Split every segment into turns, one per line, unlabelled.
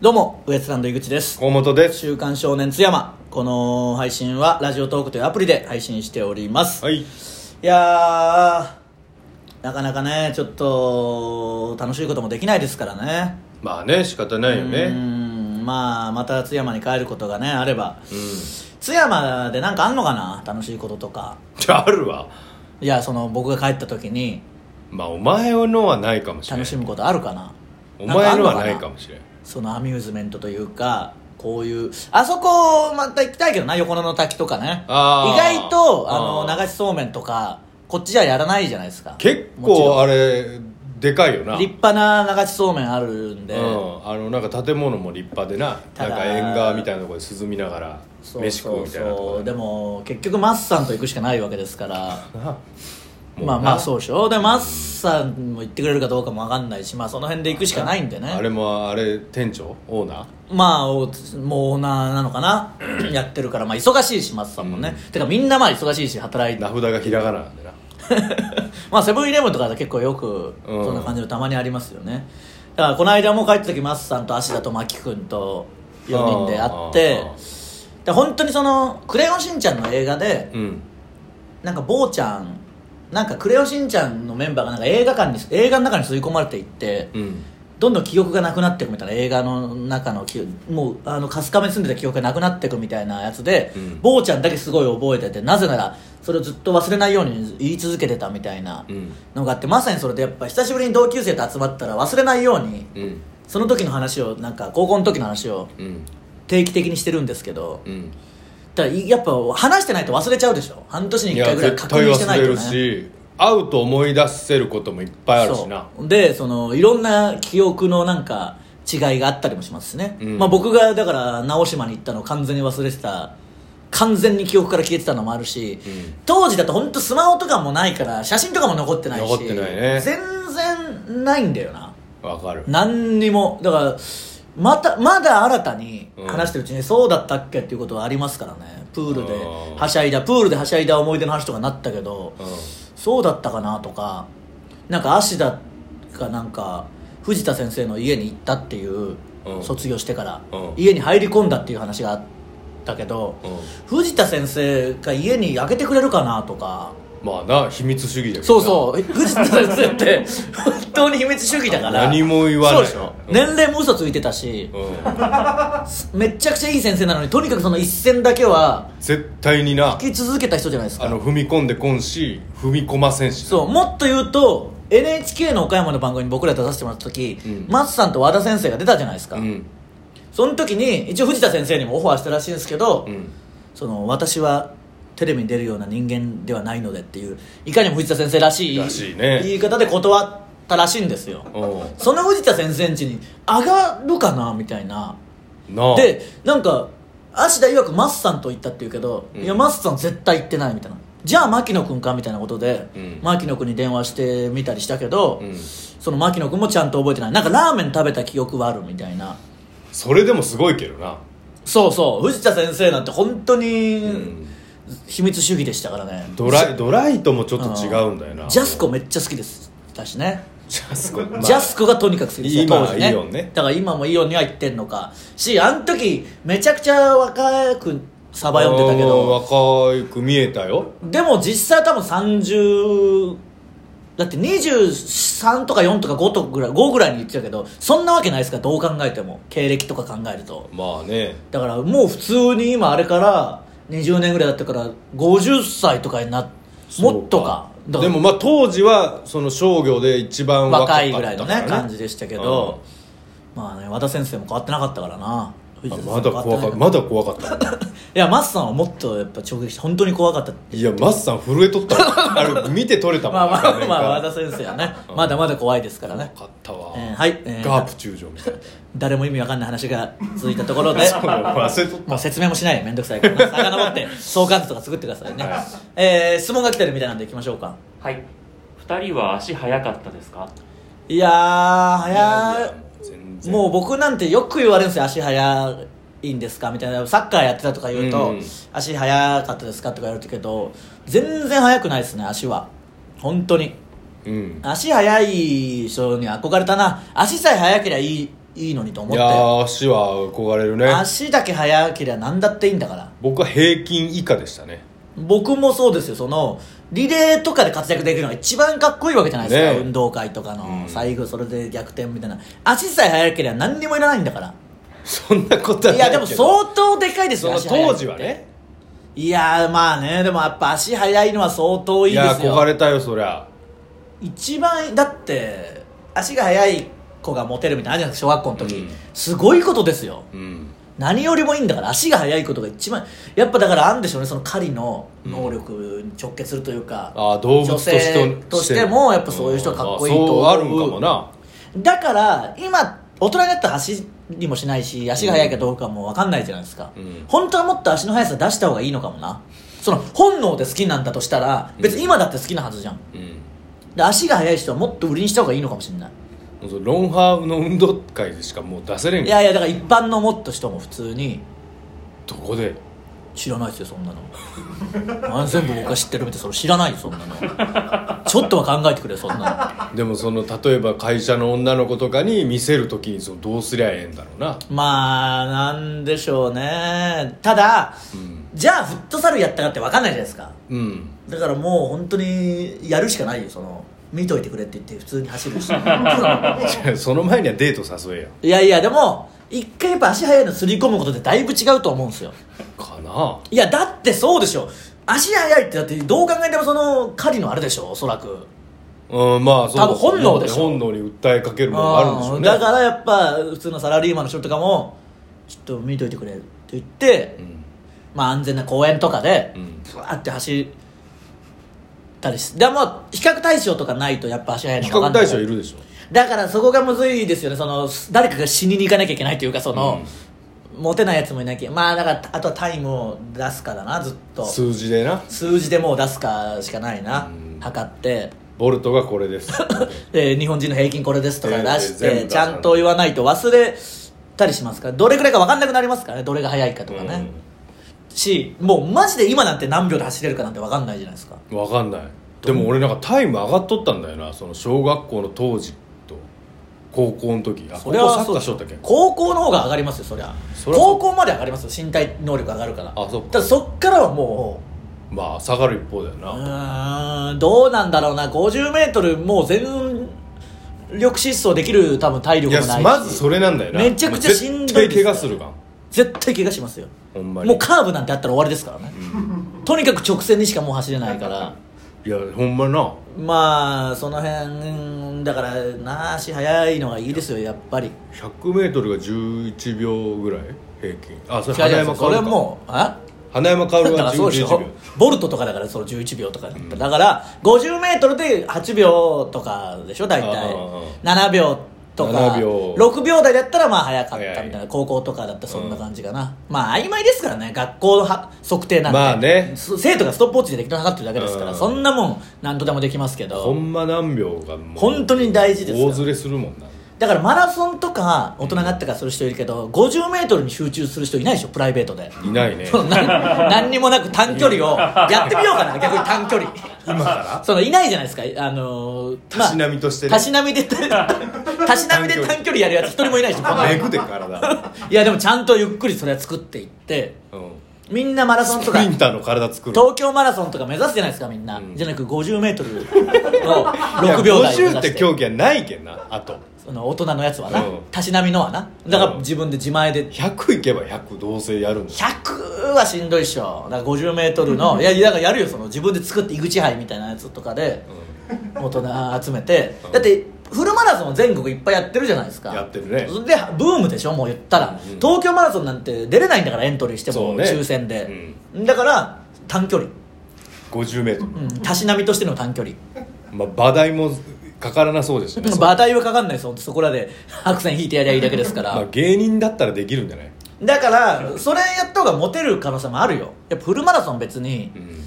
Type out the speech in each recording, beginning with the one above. どうもウエストランド井口です
河本です
週刊少年津山この配信はラジオトークというアプリで配信しております、
はい
いやーなかなかねちょっと楽しいこともできないですからね
まあね仕方ないよ
うー
ね
んまあまた津山に帰ることがねあれば
うん
津山でなんかあんのかな楽しいこととか
じゃああるわ
いやその僕が帰った時に
まあお前のはないかもしれな
楽
い
しむことあるかな
お前のはない
んあ
か
んの
もしれない
そのアミューズメントというかこういうあそこまた行きたいけどな横野の滝とかね意
あー
外とあ
あ
の
ー
流しそうめんとかこっちじゃやらないじゃないですか
結
もちろん
構あれでかいよな
立派な流しそうめんあるんで、
うん、あのなんか建物も立派でな
た
なん
だ
か縁側みたいなところで涼みながら
そう
飯食
そうう
みたいなとこ
そう
ろで
でも結局マッサンと行くしかないわけですから
なもう
まあまあ
う
そうでしょでマッサンも行ってくれるかどうかも分かんないしまあその辺で行くしかないんでね
あれもあれ店長オーナー
まあおもうオーナーなのかな やってるからまあ忙しいしマッサンもね、てかみんなまあ忙しいし働いて
名札がひらがななんでな
まあセブンイレブンとかで結構よく
うん
そんな感じのたまにありますよね、だからこの間も帰った時マスさんと芦田と真木君と4人で会って
あ
で本当にその「クレヨンしんちゃん」の映画で
うん
なんか坊ちゃんなんか「クレヨンしんちゃん」のメンバーがなんか映画館に映画の中に吸い込まれていって、
うん
どんどん記憶がなくなっていくみたいな映画の中の記憶もうあの春日部に住んでた記憶がなくなっていくみたいなやつで、
うん
坊ちゃんだけすごい覚えててなぜならそれをずっと忘れないように言い続けてたみたいな
うん
のがあってまさにそれでやっぱ久しぶりに同級生と集まったら忘れないように
うん
その時の話をなんか高校の時の話を
うん
定期的にしてるんですけど
うん
ただいやっぱ話してないと忘れちゃうでしょ半年に
い
1
や
回ぐらい
絶
確
対
認してな
忘
い
れ
と
る
ね
し会うと思い出せることもいっぱいあるしな
そうでそのいろんな記憶のなんか違いがあったりもしますしね、
うん
まあ、僕がだから直島に行ったのを完全に忘れてた完全に記憶から消えてたのもあるし、
うん
当時だと本当スマホとかもないから写真とかも残ってないし
残ってないね
全然ないんだよな
わかる
何にもだからまたまだ新たに話してるうちに、そうだったっけっていうことはありますからねプールで
うん
はしゃいだプールではしゃいだ思い出の話とかなったけど、
う
そうだったかなとかなんか芦田がなんか藤田先生の家に行ったっていう、
うん
卒業してから、
うん
家に入り込んだっていう話があったけど、
んうん
藤田先生が家に開けてくれるかなとか
まあな秘密主義だけど
そうそう藤田先生って本当に秘密主義だから
何も言わな
そ
い
うでしょ、
うん
年齢も嘘ついてたし
う、うん、
めっちゃくちゃいい先生なのにとにかくその一戦だけは
絶対 にな
聞き続けた人じゃないですか
あの踏み込んでこんし踏み込ませんしな
そうもっと言うと NHK の岡山の番組に僕ら出させてもらった時、
うん
マスさんと和田先生が出たじゃないですか、
ん
その時に一応藤田先生にもオファーしたらしいんですけど、
うん
その私はテレビに出るような人間ではないのでっていういかにも藤田先生らしい
らしいね
言い方で断ったらしいんですよ
おう
その藤田先生んちに上がるかなみたいな
なあ
でなんか芦田曰くマスさんと行ったって言うけど、
うん
いやマスさん絶対行ってないみたいなじゃあ牧野君かみたいなことで、
うん
牧野君に電話してみたりしたけど、
うん
その牧野君もちゃんと覚えてないなんかラーメン食べた記憶はあるみたいな
それでもすごいけどな
そうそう藤田先生なんて本当に、
ん
秘密主義でしたからね
ドライドライともちょっと違うんだよな
ジャスコめっちゃ好きですだしね
ジャスコ、まあ
ジャスコがとにかく好きですよ
今は
当時ね
イオンね
だから今もイオンには行ってんのかしあの時めちゃくちゃ若くサバ読んでたけど
うん若く見えたよ
でも実際多分30だって23とか4とか5とかぐらい5ぐらいに言ってたけどそんなわけないですからどう考えても経歴とか考えると
まあね
だからもう普通に今あれから20年ぐらいだったから50歳とかになっもっとか
そう
だから
でもまあ当時はその商業で一番若
若
かった
い
か
ぐら
ら
い
ね
のね感じでしたけど、まあね和田先生も変わってなかったからな
うん
藤田先生
まだ
も変わ
怖
っ
か
て
っ
な
たまだ怖かった
いやマスさんはもっとやっぱ直撃して本当に怖かった
いや、マスさん震えとった わあれ、見て取れたもん
まあま
画
あ
面
ま
か
あ
ら
和田先生はねまだまだ怖いですからね
よかったわ。
えーはいえー
ガープ中将みたいな。
誰も意味わかんない話が続いたところ で
忘れとっ
もう説明もしないよめんどくさい からさかのぼって相関図とか作ってくださいね、
はい
えー質問が来てるみたいなんでいきましょうか
はい2人は足速かったですか
いやー
た。
早
全
い
然
もう僕なんてよく言われるんですよ足早いんですかみたいなサッカーやってたとか言うと、
うん
足早かったですかとか言われるけど全然速くないですね足は本当に
うん。
足速い人に憧れたな足さえ速けりゃいいいいのにと思
い
っ
や
て
ー足は憧れるね
足だけ速けりゃ何だっていいんだから
僕は平均以下でしたね
僕もそうですよそのリレーとかで活躍できるのが一番かっこいいわけじゃないですか、
ねえ
運動会とかの、
うん
最後それで逆転みたいな足さえ速ければ何にもいらないんだから
そんなことはいない
や
け
で
ど
も相当でかいです
そ
よ
の
足速い
当時はね
いやーまあねでもやっぱ足速いのは相当い
い
いで
や
すよ
憧れたよそりゃ
一番だって足が速い子がモテるみたいなのあるじゃないですか小学校の時、
うん
すごいことですよ
うん
何よりもいいんだから足が速いことが一番やっぱだからあるんでしょうねその狩りの能力に直結するというか、
ああ動物として
女性としてもやっぱそういう人がかっこいいと
うん
思う
あそうあるんかもな
だから今大人になったら走りもしないし足が速いかどうかも分かんないじゃないですか、
うん
本当はもっと足の速さ出した方がいいのかもなその本能で好きなんだとしたら別に今だって好きなはずじゃん
うん
で足が速い人はもっと売りにした方がいいのかもしれない
もうそのロンハーの運動会でしかもう出せれん
いやいやだから一般のもっと人も普通に
どこで
知らないですよそんな のあ全部僕が知ってるみたいそれ知らないよそんなのちょっとは考えてくれよそんな
でもその例えば会社の女の子とかに見せるときにそのどうすりゃええんだろうな
のまあなんでしょうねただ
うん
じゃあフットサルやったかって分かんないじゃないですか
うん
だからもう本当にやるしかないよその見といてくれって言って普通に走るしい
違うその前にはデート誘えよ
やいやでも一回やっぱ足速いのすり込むことでだいぶ違うと思うんですよ
かない
やだってそうでしょ足速いってだってどう考えてもその狩りのあれでしょおそらく
うんまあそう
多分本能でしょ
本能に訴えかけるものがあるんでしょう
う
ね
んだからやっぱ普通のサラリーマンの人とかもちょっと見といてくれって言って、
うん
まあ安全な公園とかで
うん
ふわって走ったりしてでも比較対象とかないとやっぱ足速いの
比
か分かん
較
ない
対象いるでしょ
だからそこがむずいですよねその誰かが死にに行かなきゃいけないというかその、モテないやつもいなきゃまあだからあとはタイムを出すかだなずっと
数字でな
数字でもう出すかしかないな、
うん
測って
ボルトがこ れです
えー日本人の平均これですとか出し
えー全部
て、
出
ちゃんと言わないと忘れたりしますからどれくらいか分かんなくなりますからねどれが速いかとかね、しもうマジで今なんて何秒で走れるかなんて分かんないじゃないですか
うんわかんないでも俺なんかタイム上がっとったんだよなその小学校の当時と高校の時あ高校サッカーしとったっけ
高校の方が上がりますよそりゃ
そりゃそ
高
う
校まで上がりますよ身体能力上がるから
あそっか
ただそっからはも
まあ下がる一方だよな
ううーんどうなんだろうな 50m もう全力疾走できる多分体
い
力
や
もないし
まずそれなんだよな
めちゃくちゃしんどいです
絶対怪我するがん
絶対怪我しますよ
ほんまに
もうカーブなんてあったら終わりですからね、とにかく直線にしかもう走れないから
いやほんまな
まあその辺だからな足速いのがいいですよやっぱり
100m が11秒ぐらい平均あそれ
違う
花
違う
山
それ
薫か
もうあ
花山
だ
薫
から
が
そうでし
11
ょ
秒
ボルトとかだからその11秒とかだった、だから50メートルで8秒とかでしょ大体
ああ
7秒とか
7秒
6秒台だったらまあ早かったみたい
早
な高校とかだったらそんな感じかな、まあ曖昧ですからね学校のは測定なんて、
まあね
す生徒がストップウォッチで適当に測ってるだけですから、
うん
そんなもん何とでもできますけ
ほ
ど
んま何秒がもう
本当に大事ですよ
大ずれするもんな
だからマラソンとか大人になってからする人いるけど50メートルに集中する人いないでしょプライベートで
いないね
その何何にもなく短距離 をやってみようかな逆に短距離
今から
そのいないじゃないですかあのーまあ
たしなみとしてね
たしなみでたしなみで短距離やるやつ一人もいないでしょ こんな
めくで体
いやでもちゃんとゆっくりそれは作っていって
うん
みんなマラソンとか
ピンターの体作る
東京マラソンとか目指すじゃないですかみんな、
ん
じゃなく 50m の6秒台を目指して
50って競技はないけんなあと
その大人のやつはな
うん
たしなみのはなだから
うん
自分で自前で
100いけば100どうせやるんだ
100はしんどいっしょだから 50m のいやいやだからやるよその自分で作って井口杯みたいなやつとかで大人集めて
うん
だってフルマラソン全国いっぱいやってるじゃないですか
やってるね
それでブームでしょもう言ったら、
うん
東京マラソンなんて出れないんだからエントリーして
そ
も、
うね
抽選で、だから短距離
50m
うんたしなみとしての短距離
まあ馬代もかからな そうですね
馬体はかかんないですほんとそこらで白線引いてやりゃいいだけですから、
まあ芸人だったらできるんじゃない
だからそれやった方がモテる可能性もあるよやっぱフルマラソン別に
うん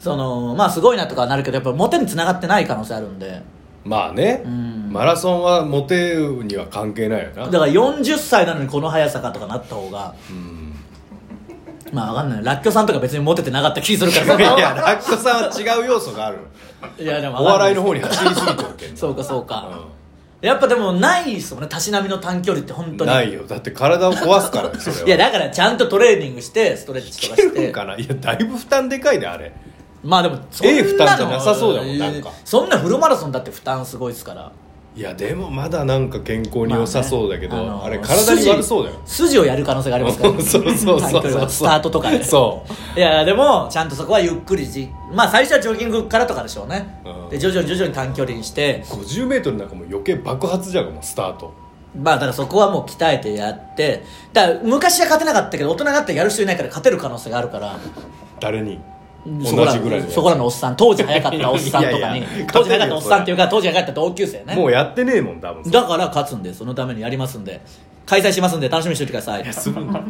そのまあすごいなとかはなるけどやっぱモテに繋がってない可能性あるんで
まあね
うん
マラソンはモテには関係ないよな
だから40歳なのにこの速さかとかなった方が
うん
まあわかんないらっきょうさんとか別にモテてなかった気するか
い
ら
やラッ コさんは違う要素がある
いやでも
お
わかんな
笑いの方に走りすぎてるけんな
そうかそうか、やっぱでもないですもんねたしなみの短距離って本当に
ないよだって体を壊すからねそれはい
やだからちゃんとトレーニングしてストレッチと
い
か
け
し
るん
て
かないやだいぶ負担でかいねあれ
まあでもそんなの
ええ負担じゃなさそうだもんなんか
そんなフルマラソンだって負担すごいですから
いやでもまだなんか健康に良さそうだけど、
まあね
あ
の
れ体に悪そうだよ
筋筋をやる可能性がありますから、ね、
そうそうそうそう
短距離はスタートとかで
そう
やでもちゃんとそこはゆっくりじまあ最初はジョギングからとかでしょうね、
うん
で徐々に徐々に短距離にして
50メートルなんかもう余計爆発じゃんもうスタート
まあだからそこはもう鍛えてやってだから昔は勝てなかったけど大人になってやる人いないから勝てる可能性があるから
誰に同
そこら
じぐらい
そこらのおっさん当時早かったおっさんとかに
いやいやいや
当時早かったおっさんっていうか当時早かった同級生ね
もうやってねえもん多分
だから勝つんでそのためにやりますんで開催しますんで楽しみにしておいてください
休むな